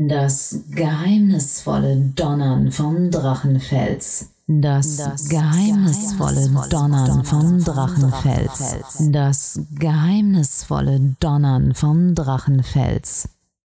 Das geheimnisvolle Donnern vom Drachenfels. Das, das geheimnisvolle Donnern vom Drachenfels. Das geheimnisvolle Donnern vom Drachenfels.